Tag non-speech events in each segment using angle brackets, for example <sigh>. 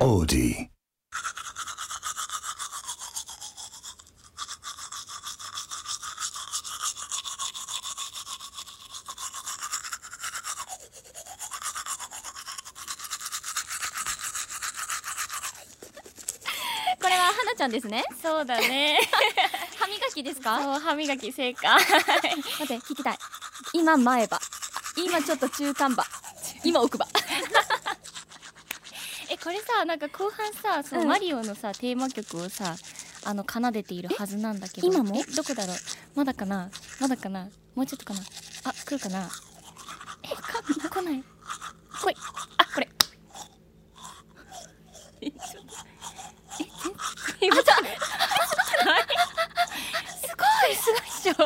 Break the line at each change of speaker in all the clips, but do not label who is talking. オーディ。
これは花ちゃんですね
そうだね。
<laughs> 歯磨きですか
そう歯磨き正解。
<laughs> 待って聞きたい今前歯今ちょっと中間歯今奥歯
<laughs> えこれさなんか後半さその
うん
マリオのさ、テーマ曲をさあの奏でているはずなんだけど
え今も
えどこだろうまだかなまだかなもうちょっとかなあ来るかなえか来ない来いあこれえちょっとえ全然 <laughs> すごいすごいっしょすご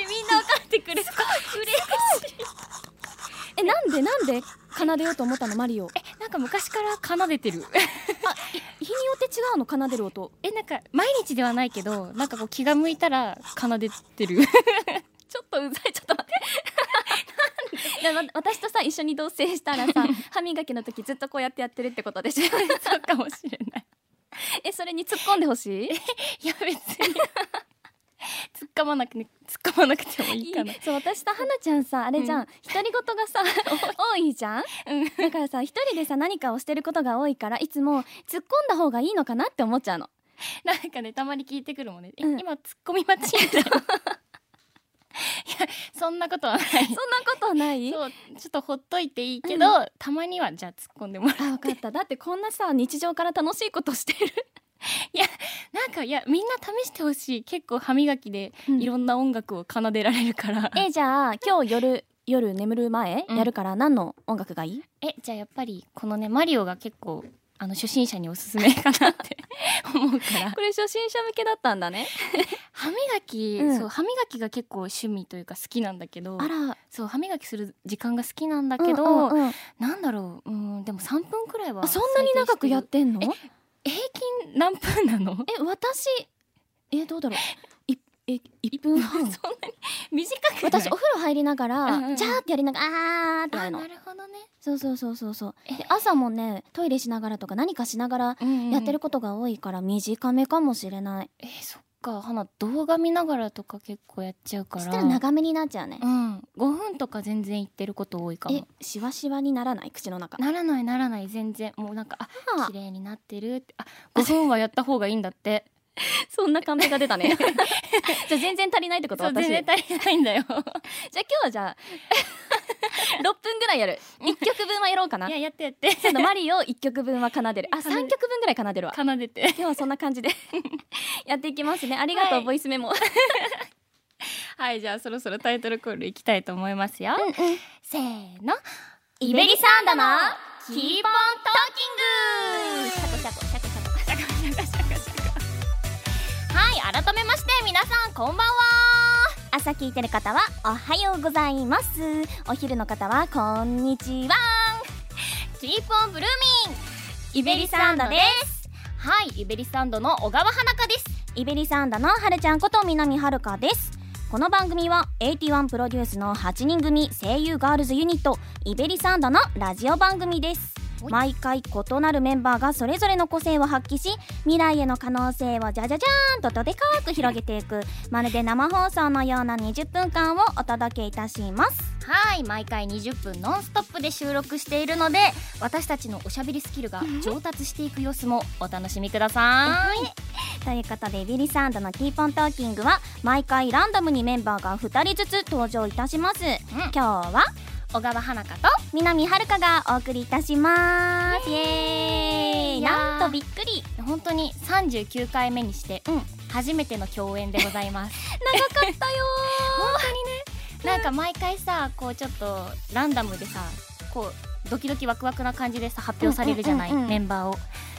い
みんな分かってくれすごい嬉しいえなんでなんで奏でようと思ったのマリオ
えなんか昔から奏でてる
日によって違うの奏でる音
えなんか毎日ではないけどなんかこう気が向いたら奏でてる <laughs>
ちょっとうざいちょっと待って <laughs> なんででわ私とさ一緒に同棲したらさ歯磨きの時ずっとこうやってやってるってことでしょ
そうかもしれない
<laughs> えそれに突っ込んでほしい
いや別に <laughs> 突っかまなくね突っかまなくてもいいかな
そう私と花ちゃんさあれじゃん、
う
独り言が <laughs> さ多いじゃん、
うん
だからさ一人でさ何かをしてることが多いからいつも突っ込んだ方がいいのかなって思っちゃうの
なんかねたまに聞いてくるもんね、え
うん
今突っ込み待ちみた <laughs> いないやそんなことはない
そんなことない
そうちょっとほっといていいけど、たまにはじゃあ突っ込んでもらう
あ分かっただってこんなさ日常から楽しいことしてる、
なんかいやみんな試してほしい結構歯磨きでい
いろ
ろ
ん
んな音楽を奏でられるから、
えじゃあ今日夜夜眠る前
うん
やるから何の音楽がいい、
えじゃあやっぱりこのねマリオが結構あの初心者におすすめかなって <laughs> 思うから
これ初心者向けだったんだね
歯磨き、
うん
そう歯磨きが結構趣味というか好きなんだけど
あら
そう歯磨きする時間が好きなんだけど、
うんうんうん
なんだろううんでも3分くらいは
あそんなに長くやってんのえ
平均何分な <laughs> の
私えどうだろういえ1分
<laughs> そんな
半
に短くない
私お風呂入りながら、
うんうん
ジャーってやりながらあーってや
あ
るの
なるほどね、
そうそうそうそうそう
え
で朝もねトイレしながらとか何かしながらやってることが多いから短めかもしれない、
えーそっか花動画見ながらとか結構やっちゃうから
そしたら長めになっちゃうね、
うん5分とか全然言ってること多いか
え
も
しわしわにならない口の中
ならないならない全然もうなんかあ
あ
綺麗になってるってあ5分はやった方がいいんだって
そんなカンペが出たねじゃあ全然足りないってこと
そう
私
全
じ
然
ゃあ
足りないんだ <laughs> よ
今日はじゃあ6分ぐらいやる1曲分はやろうかない
ややってやって
そうだマリオ1曲分は奏でるあ
奏
3
でる
曲分ぐらい奏でるわ
奏でて
今日はそんな感じでやっていきますねありがとう、
はい
ボイスメモ
はいじゃあそろそろタイトルコールいきたいと思いますよ、せーの
イベリサンダのキーボントーキングシャコシャコシャコシャコ
はい改めまして皆さんこんばんは
朝聞いてる方はおはようございますお昼の方はこんにちは
キープオンブルーミン
イ
イ
ベ
ベ
リ
リ
サ
サ
ン
ン
ダ
ダ
で
ですはいイベリサンドの小川花香です
イベリサンダのはるちゃんこと南はるかですこの番組は81プロデュースの8人組声優ガールズユニットイベリサンダのラジオ番組です
はい
毎回異なるメンバーがそれぞれの個性を発揮し未来への可能性をじゃじゃじゃーんとどでかーく広げていくまるで生放送のような20分間をお届けいたします
はい毎回20分ノンストップで収録しているので私たちのおしゃべりスキルが上達していく様子もお楽しみください
ということでビリサンドのキーポントーキングは毎回ランダムにメンバーが2人ずつ登場いたします、今日は
小川花香と
南はるかがお送りいたしますイエーイ
いやー
なんとびっくり
本当に39回目にして、
うん
初めての共演でございます
<laughs> 長かったよ
<laughs> なんか毎回さこうちょっとランダムでさこうドキドキワクワクな感じでさ発表されるじゃない、
うんうんうんうん
メンバーを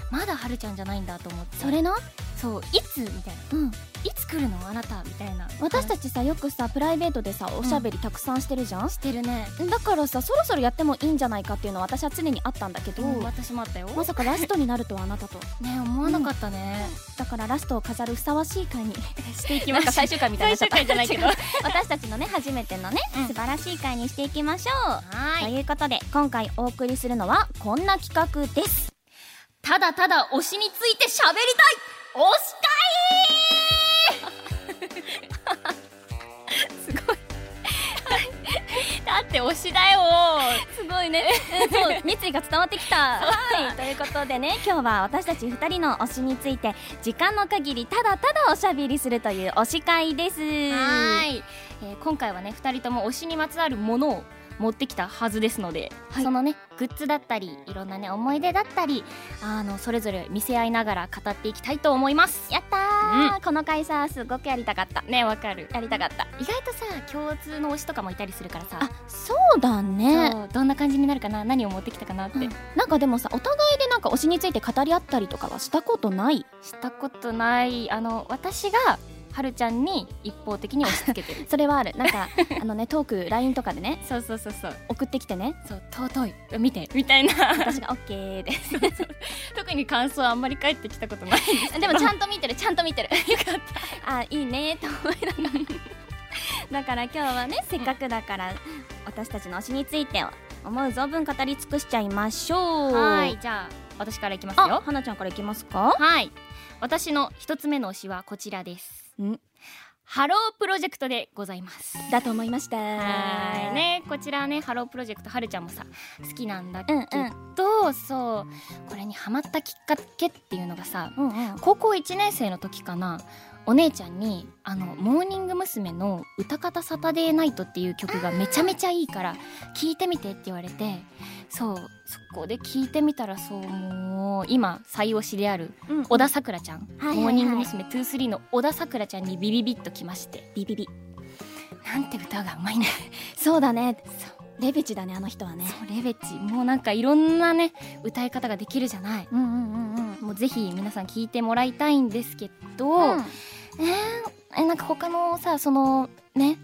まだはるちゃんじゃないんだと思って
ーそれな
そういつみたいな
うん、
いつ来るのあなたみたいな
私たちさよくさプライベートでさおしゃべりたくさんしてるじゃん、
してるね
だからさそろそろやってもいいんじゃないかっていうのは私は常にあったんだけど、
うん私もあったよ
まさかラストになるとはあなたと
ね思わなかったね、
だからラストを飾るふさわしい回にしていき
なんか最終回みたいになっちゃった
違う <laughs> 私たちのね初めてのね、
うん
素晴らしい回にしていきましょう、
は
と
い
いうことで今回お送りするのはこんな企画です
ただただ推しについて喋りたい推し会 <laughs> すごいだって推しだよ
すごいね。 <laughs> そう、熱意が伝わってきた。はい、ということでね、今日は私たち二人の推しについて、時間の限りただただおしゃべりするという推し会です。
はーい、えー今回はね2人とも推しにまつわるものを持ってきたはずですので、
はい
そのねグッズだったりいろんなね思い出だったりあのそれぞれ見せ合いながら語っていきたいと思います
やったー、この会さ、すごくやりたかった。
ねわかる
やりたかった。
意外とさ共通の推しとかもいたりするからさ
あ、そうだね。
そうどんな感じになるかな何を持ってきたかなって、
うん
し
なんかでもさお互いでなんか推しについて語り合ったりとかはしたことない
たことないあの私がはるちゃんに一方的に押し付けてる
それはあるなん <laughs> かあのねトーク LINE とかで
<laughs>
ね
そうそうそうそう
送ってきてね
そう尊い見てみたいな
私が OK で
<laughs> 特に感想あんまり返ってきたことない
でもちゃんと見てるちゃんと <laughs> 見てるあいいねと思いながらだから今日はねせっかくだから私たちの推しについて思う存分語り尽くしちゃいましょ
<laughs>
う
はいじゃあ私からいきます
あ
よ
はなちゃんからいきますか
はい私の一つ目の推しはこちらです
ん
ハロープロジェクトでございます
だと思いました
はーいねこちらねハロープロジェクトはるちゃんもさ好きなんだけ
うん
ど、
うん
そうこれにハマったきっかけっていうのがさ
うんうん
高校1年生の時かなお姉ちゃんにあのモーニング娘。の「歌方サタデーナイト」っていう曲がめちゃめちゃいいから聴いてみてって言われてそうそこで聴いてみたらそうもう今最推しである
うん
小田さくらちゃん、
はいはいはい
モーニング娘。23の小田さくらちゃんにビビビッときまして
ビビビ
なんて歌がうまいね
<laughs> そうだねレベチだねあの人はね
そうレベチもうなんかいろんなね歌い方ができるじゃない
うんうんうんうん
もうぜひ皆さん聴いてもらいたいんですけど、
うん
えーえなんか他のさそのね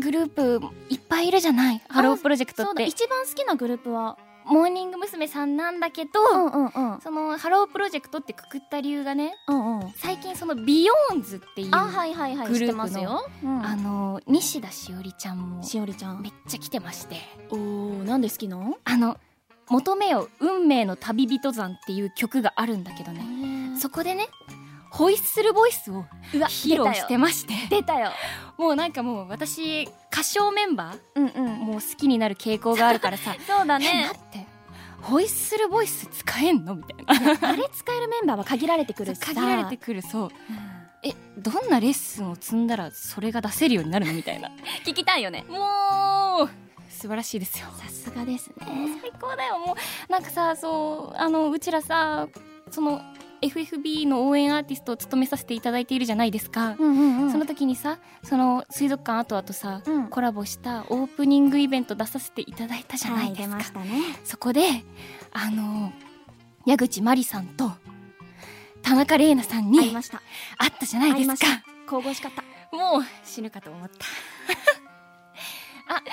グループいっぱいいるじゃないハロープロジェクト
そ
っ
うだ
て
一番好きなグループは
モーニング娘。さんなんだけど、
うんうんうん
そのハロープロジェクトってくくった理由がね
うんうん
最近そのビヨーンズっていう
あ
あ、
はいはいはい
グ
知
ル
っ
ープ
て
の
ますようん
の西田しおりちゃんも
しおりちゃん
めっちゃ来てまして
おーなんで好きなの
あの「求めよ運命の旅人山」っていう曲があるんだけどね、そこでねホイッスルボイスを
うわ
披露してまして
出たよ
もうなんかもう私歌唱メンバー
うんうん
もう好きになる傾向があるからさ
そうだ
え
<laughs> ね
待ってホイッスルボイス使えんのみたいな
あれ使えるメンバーは限られてくるしさ
限られてくるそうえどんなレッスンを積んだらそれが出せるようになるのみたいな
<laughs> 聞きたいよね
もう素晴らしいですよ
さすがです
もう
ね
最高だよもうなんかさそうあのうちらさその FFB の応援アーティストを務めさせていただいているじゃないですか、
うんうん
その時にさその水族館あとあとさ、
うん
コラボしたオープニングイベント出させていただいたじゃ
は
ない
い
で
出
すか、
ましたね
そこであの矢口真理さんと田中玲奈さんに
ありました
会ったじゃない
あ
で
り
す
ま
か
した神々しかった
もう死ぬかと思 <laughs> った
あで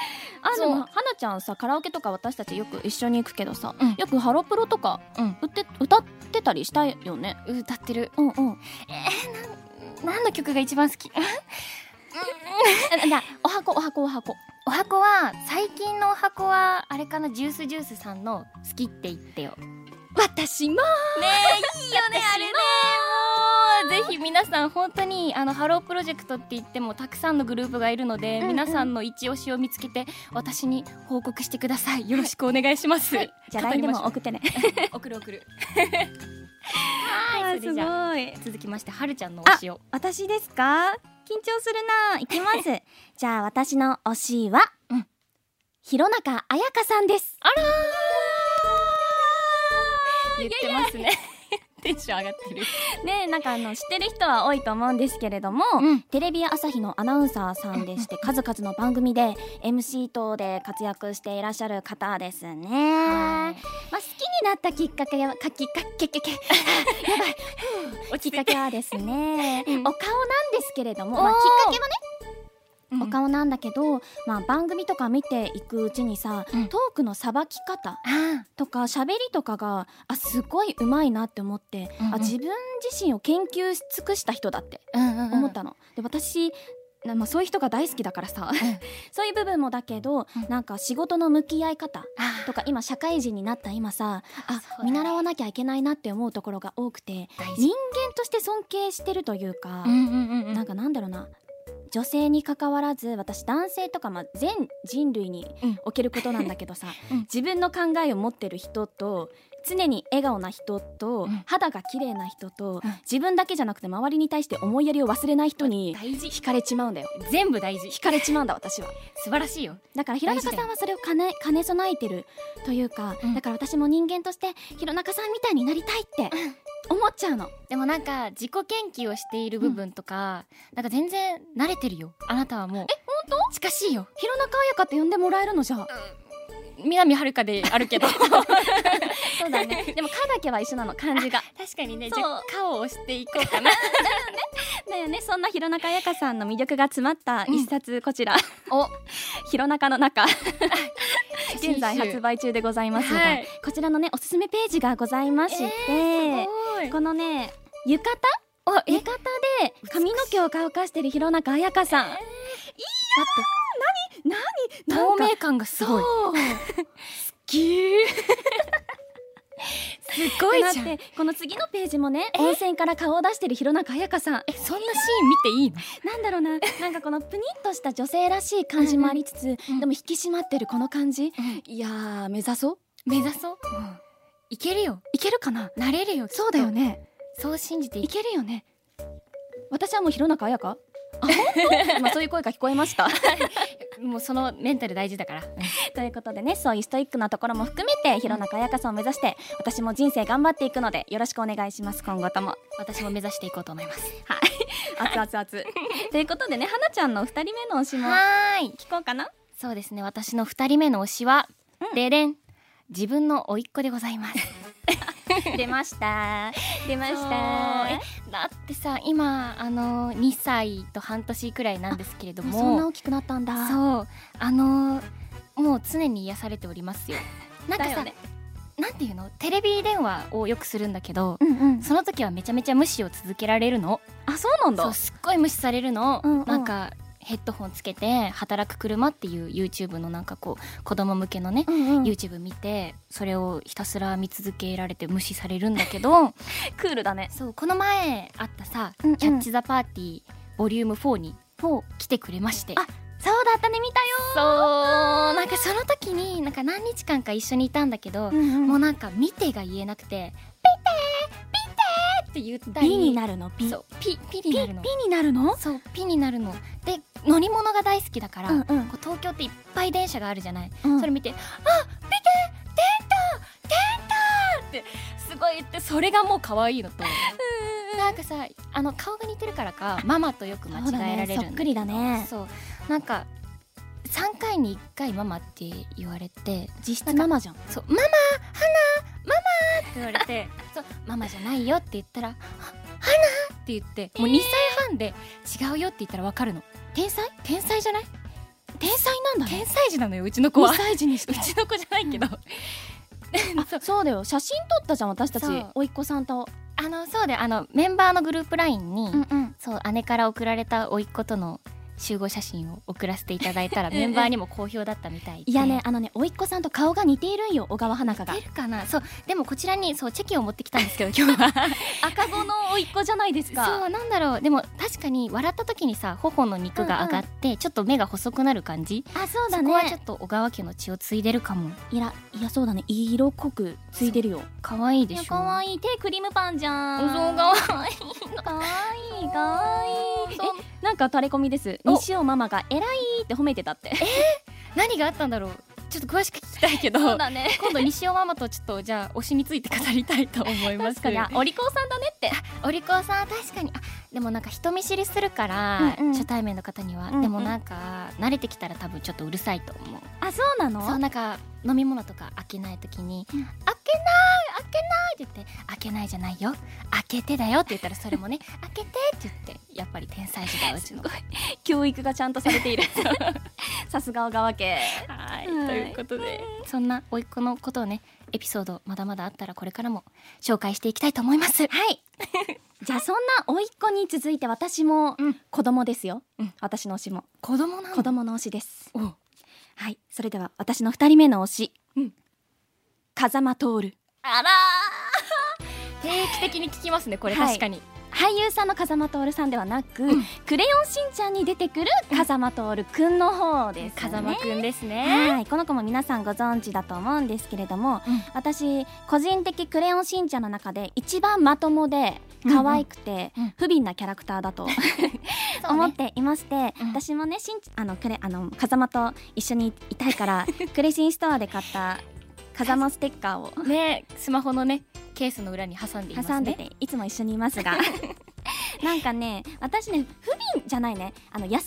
そう
もはなちゃんさカラオケとか私たちよく一緒に行くけどさ
うん
よくハロプロとか
うん
歌って歌ってたりしたよね
歌ってる
うんうん
何の曲が一番好き
お箱お箱お箱
お箱は最近のお箱はあれかなジュースジュースさんの「好きって言ってよ」
私も
ねえいいよねあれねもうぜひ皆さん本当にあのハロープロジェクトって言ってもたくさんのグループがいるので、
うんうん
皆さんの一押しを見つけて私に報告してくださいよろしくお願いします、
じゃあ LINE でも送ってね
送る送る
あ <laughs>
は
ー
いそれじゃあ
すごい
続きましてはるちゃんの推しを
私ですか緊張するな行きます <laughs> じゃあ私の推しは、
うん
弘中彩香さんです
言ってますねテンション上がってる。
ねなんかあの知ってる人は多いと思うんですけれども、
うん。
テレビ朝日のアナウンサーさんでして <laughs> 数々の番組で MC 等で活躍していらっしゃる方ですね。まあ、好きになったきっかけはかきっかけけけやばいきっかけはです <laughs> ね、
うん
お顔なんですけれども、
おー
まあ、きっかけはね、
うん
お顔なんだけど、まあ、番組とか見ていくうちにさ、
うん
トークのさばき方
あ
とか喋りとかがあすごい上手いなって思って、
うんうん
あ自分自身を研究し尽くした人だって
あ。うんうん、
思っ。たの。で私なまあ、そういう人が大好きだからさ、
ん
<laughs> そういう部分もだけど、
うん
なんか仕事の向き合い方
あ
とか今社会人になった今さあ、
そうだね
見習わなきゃいけないなって思うところが多くて
大
人。間として尊敬してるというか、
うんうんうんうん。
なんかなんだろうな女性に関わらず私男性とか、まあ、全人類に
うん
おけることなんだけどさ、
うん
自分の考えを持ってる人と常に笑顔な人と、
うん
肌が綺麗な人と、
うん
自分だけじゃなくて周りに対して思いやりを忘れない人に
大事。
惹かれちまうんだよ
全部大事。
惹かれちまうんだ私は。
素晴らしいよ。
だから平中さんはそれを兼ね兼ね備えてるというか、
うん
だから私も人間として弘中さんみたいになりたいって思っちゃうの。
でもなんか自己研究をしている部分とか、なんか全然慣れてるよ。あなたはもう。え、本当？近しいよ。
弘中彩香って呼んでもらえるのじ
<laughs>
ゃあ
南はるかである <laughs> けど。確
そうだねでも「か」だけは一緒なの漢字が
かにね。
そう
じゃあ顔を押していこうか <laughs> な。
だよねそんな弘中彩香さんの魅力が詰まった一冊、こちら
お、
「 <laughs> 弘中
<laughs>
の中」現在発
売
売中でございますが、
はい
こちらのねおすすめページがございまして、
すごい。
このね浴衣浴衣で髪の毛を乾かしてる弘中彩香さん、なん
透
か
明感がすごい。
そう
すごいじゃん。
だっ
え、
てこの次のページもね温泉から顔を出してる弘中彩香さん
そんなシーン見ていいの？
なんだろうな <laughs> なんかこのプニッとした女性らしい感じもありつつ、
うん
でも引き締まってるこの感じ、いやー目指そう
目指そう。いけるよ。
いけるかな
なれるよ。きっと
そうだよ。ね
そう信じて
い
いけ。
けるよね私はもう弘中彩香あ本
<laughs>
当今そういう声が聞こえました
もうそのメンタル大事だから。
ということでねそういうストイックなところも含めて弘中彩香さんを目指して私も人生頑張っていくのでよろしくお願いします今後とも
私も目指していこうと思います。
熱々熱
<laughs>
ということでね花ちゃんの2人目の推しも
はーい。
聞こう
<laughs>
かな
そうですね。私の二人目の推しは、
うん
でれん。自分の甥っ子でございます。
出ました出ました
<laughs> だってさ、今あの二歳と半年くらいなんですけれど
そんな
も、
大きくなったんだ
そうあのもう常に癒されております <laughs> よ。なんか
だ
さ、
よね
なんていうの？テレビ電話をよくするんだけど。
うんうん
その時はめちゃめちゃ無視を続けられるの
あそうなん
そうすっごい無視されるの、
うんうん
なんかヘッドホンつけて「働く車」っていう YouTube のなんかこう子供向けのね、
うんうん
YouTube 見てそれをひたすら見続けられて無視されるんだけど
クールだね
<laughs> そうこの前あったさ「
うんうん
キャッチ・ザ・パーティーボリューム4に来てくれまして
あそうだったね見た
そうなんかその時になんか何日間か一緒にいたんだけど、も
よ、も
う
う
なんか「見て」が言えなくて「ピテーピテー!」って言ったり
ピになるのピ
そうピピになるの
ピになるの
そうピになるので乗り物が大好きだから、
うんうん
こう東京っていっぱい電車があるじゃない、
うん
それ見て「あ見て電灯電灯!」ってすごい言ってそれがもう可愛いのと <laughs> なんかさあの顔が似てるから <laughs> かママとよく間
そうだ
違えら
ね
れるんだ
そっくりだね
そうなんか3回に1回ママって言われて
実質ママじゃん
そうママ花ママって言われて <laughs> そうママじゃないよって言ったらあ花って言ってもう2歳半で違うよって言ったらわかるの天才天才じゃない
天才なんだね
天才児なのようちの子
2
は <laughs> う
歳児にして
ちの子じゃないけどそう
そうだよ写真撮ったじゃん私たち
そう
甥っ子さんと
あのそうであのメンバーのグループ LINE に、
うん
そう姉から送られた甥っ子との集合写真を送らせていただい <laughs> たら
ええ
メンバーにも好評だったみたいで
いやねあのね甥っ子さんと顔が似ているんよ小川花香が
出るかなそうでもこちらにそうチェキを持ってきたんですけど今日は <laughs>
赤子の甥っ子じゃないです
そうなんだろうでも確かに笑った時にさ頬の肉が上がって、ちょっと目が細くなる感じ
あそう
そ
だ
こはちょ
ね
っと小川家の血を継いでるかも
いやいやそうだね色濃くついてるよ
可愛い
い
でし
や
ょ
可愛い手クリームパンじゃん
そう可愛い
かわいいかわいい
そう
えなんかタレコミです
お
西尾ママが偉いって褒めてたって
何があったんだろうちちょっと詳しく聞きたいけど
そう
今
だね
度西尾ママとちょっとじゃあ推しについて語りたいと思います
<laughs> 確かにあお利口さんだねって
お利口さんは確かにあでもなんか人見知りするから、
うんうん
初対面の方には、
うんうん
でもなんか慣れてきたら多分ちょっとうるさいと思う
<laughs> あそうなの
そうなんか飲み物とか開けない時に「
うん
開けない開けない」って言って「開けないじゃないよ開けてだよ」って言ったらそれ
<laughs>
もね「開けて」って言ってやっぱり天才児だうちの
すごい教育がちゃんとされ <laughs> ているさすが小川家
はいと
と
い
いうう
こ
こと
でそんな甥っ子のことをねエピソードまだまだあったらこれからも紹介していきたいと思いますはい
じゃあそんな甥っ子に続いて私も
うん
子供ですよ、
うん
私の推しも
子供なの
子供の推しです
お
はいそれでは私の二人目の推し、
うん
風間徹
あらー <laughs> 定期的に聞きますねこれ
はい
確かに、
俳優さんの風間徹さんではなく、
うん
クレヨンしんちゃんに出てくる風間徹くんの方です、ね、
風間くんですね
はい、この子も皆さんご存知だと思うんですけれども、
うん
私個人的クレヨンしんちゃんの中で一番まともで可愛くて
うんうんうん
不憫なキャラクターだと思っていまして、
うん
私もねしんちあのクレあの風間と一緒にいたいから
<laughs>
クレシンストアで買った風間ステッカーを
ねスマホのねケースの裏に挟んでいますね
挟んでていつも一緒にいま
<laughs>
すがなんかね私ね不憫じゃないねあの優しい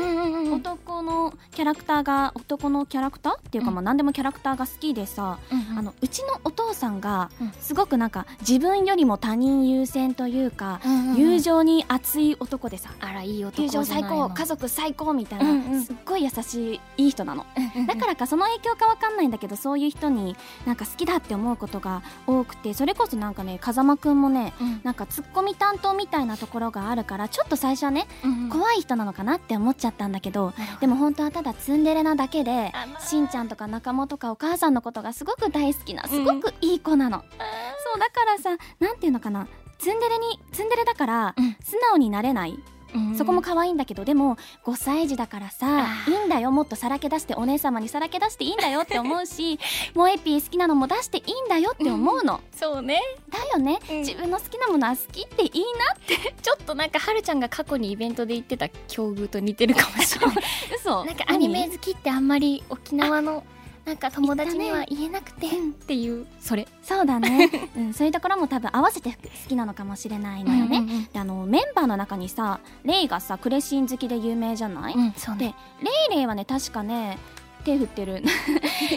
うんうんうん
男のキャラクターが男のキャラクターっていうかまあ何でもキャラクターが好きでさ、あ
あの
のうちのお父さんが
うん
すごくなんか自分よりも他人優先というか、友
友情
情に熱い男でさ
あらいい男
友
じゃ
情
ない
最
の
高家族最高みたいな、
うんうん
すっごい優しいいい人なの、
うん
だからかその影響かわかんないんだけどそういう人になんか好きだって思う間ことが多くてそれこそなんかね風間くんもね
うん
なんかツッコミ担当みたいなところがあるからちょっと最初はね、
うんうん
怖い人なのかなって思っちゃったんだけどでも本当はただツンデレなだけでしんちゃんとか仲間とかお母さんのことがすごく大好きなすごくいい子なの、そうだからさなんていうのかなツンデレにツンデレだから
うん
素直になれない、
うん
そこも可愛いんだけどでも5歳児だからさ
あ
い
ー
いんだよもっとさらけ出してお姉様にさらけ出していいんだよ
<laughs>
って思うし萌えピー好きなのも出していいんだよって思うの、
そうね
だよね、
うん
自分の好きなものは好きっていいな
ちょっとなんかはるちゃんが過去にイベントで言ってた境遇と似てるかもしれない <laughs>
嘘
なんかアニメ好きってあんまり沖縄のなんか友達には言えなくてっ
うん
ていうそれ
そう
<laughs>
だね、うん、そういうところも多分合わせて好きなのかもしれないのよね、であのメンバーの中にさレイがさクレシン好きで有名じゃない、
うんそうね
でレイレイはね確かね手振って
<laughs>
る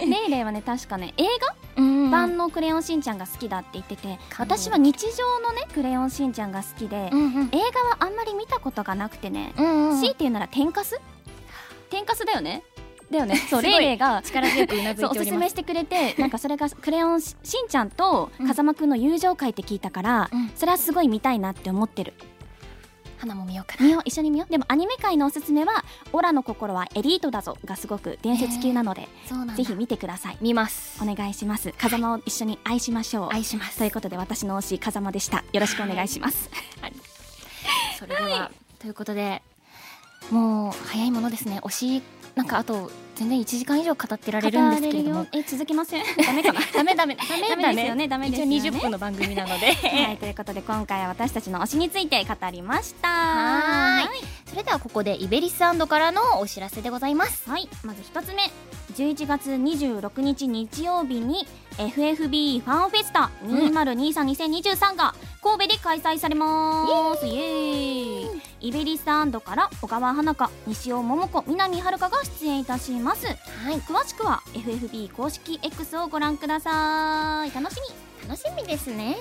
レイレイはね確かね映画
バン
版の「クレヨンしんちゃん」が好きだって言ってて、
感動
私は日常のね「クレヨンしんちゃん」が好きで、
んうん
映画はあんまり見たことがなくてね、
うんうん
強いて言うなら天かす天かすだ
<laughs>
よねだよねそ
すご
う
い
レイレイが
力強くうなずい
そ
う
お
てお
す
り
す
ま
め
す
してくれ
<laughs>
てなんかそれが「クレヨンししんちゃん」と「風間くんの友情会」って聞いたから、
うん
それはすごい見たいなって思ってる
花も見ようかな
見よう一緒に見ようでもアニメ界のおすすめは「オラの心はエリートだぞ」がすごく伝説級なので、
そうなん
ぜひ見てください
見ます
お願いします風間を一緒に愛しましょう、
愛します
ということで私の推し風間でしたよろしくお願いします、
それでは、ということでもう早いものですね推しなんかあと全然1時間以上語ってられるんですけれども
語れるよえ続け <laughs> ませんダメかな
ダメダメダメ
ダメですよねダメですよね
一応20分の番組なので
<laughs> はいということで今回は私たちの推しについて語りました
はーそれではここでイベリスからのお知らせでございます
はい、まず一つ目11月26日日曜日に FFB ファンフェスタ20232023が神戸で開催されます、イエーイイベリスアンドから小川花香西尾桃子南遥が出演いたします
はい
詳しくは FFB 公式 X をご覧ください楽しみ
楽しみですね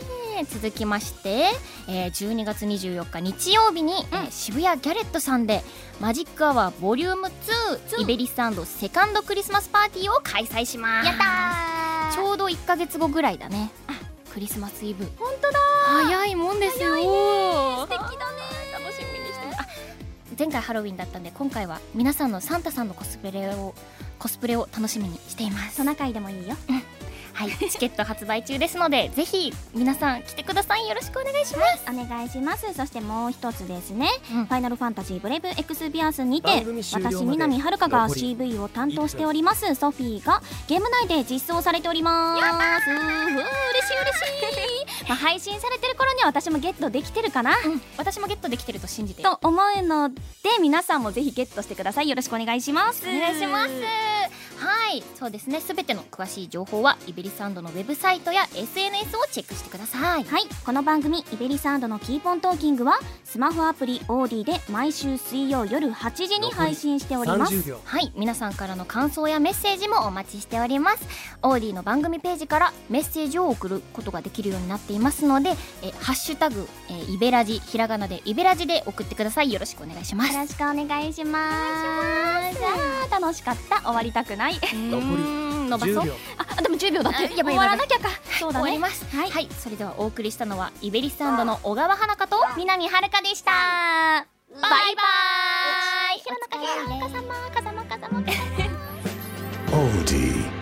続きまして、えー12月24日日曜日に、えー渋谷ギャレットさんでマジックアワーボリューム2イベリスセカンドクリスマスパーティーを開催します
た
ちょうど1か月後ぐらいだねクリスマスイブ
本当だ
早いもんですよ
早いね素敵だね
楽しみにしてますあ前回ハロウィンだったんで今回は皆さんのサンタさんのコスプレをコスプレを楽しみにしています
トナカイでもいいよ
はいチケット発売中ですのでぜひ皆さん来てくださいよろしくお願いします
お願いしますそしてもう一つですね、
うん
ファイナルファンタジーブレイブエクスビアスにて
番組終了まで
私南遥が
残り
CV を担当しておりますソフィーがゲーム内で実装されておりますうー嬉しい嬉しい <laughs> まあ配信されてる頃には私もゲットできてるかな、
私もゲットできてると信じて
と思うので皆さんもぜひゲットしてくださいよろしくお願いします
お願いしますはいそうですねすべての詳しい情報はイベリサンドのウェブサイトや SNS をチェックしてください
はいこの番組「イベリサンドのキーポントーキング」はスマホアプリ OD で毎週水曜夜8時に配信しております
30秒
はい皆さんからの感想やメッセージもお待ちしておりますオーディの番組ページからメッセージを送ることができるようになっていますのでえハッシュタグ、えイベラジひらがなでイベラジで送ってくださいよろしくお願いします
よろしくお願いしますあー楽しかった終わりたくないう
残り
ーん伸ばそう
10秒
<laughs> あでも10秒だっ
あ
て
や
終
ばいやばい
わらなきゃかそう
終
だ
わり
ね
ます
はい
はい、それではお送りしたのはイベリスの小川花香と南遥でしたバイバイお
平中さん
疲れ様風間風間風間
Odie.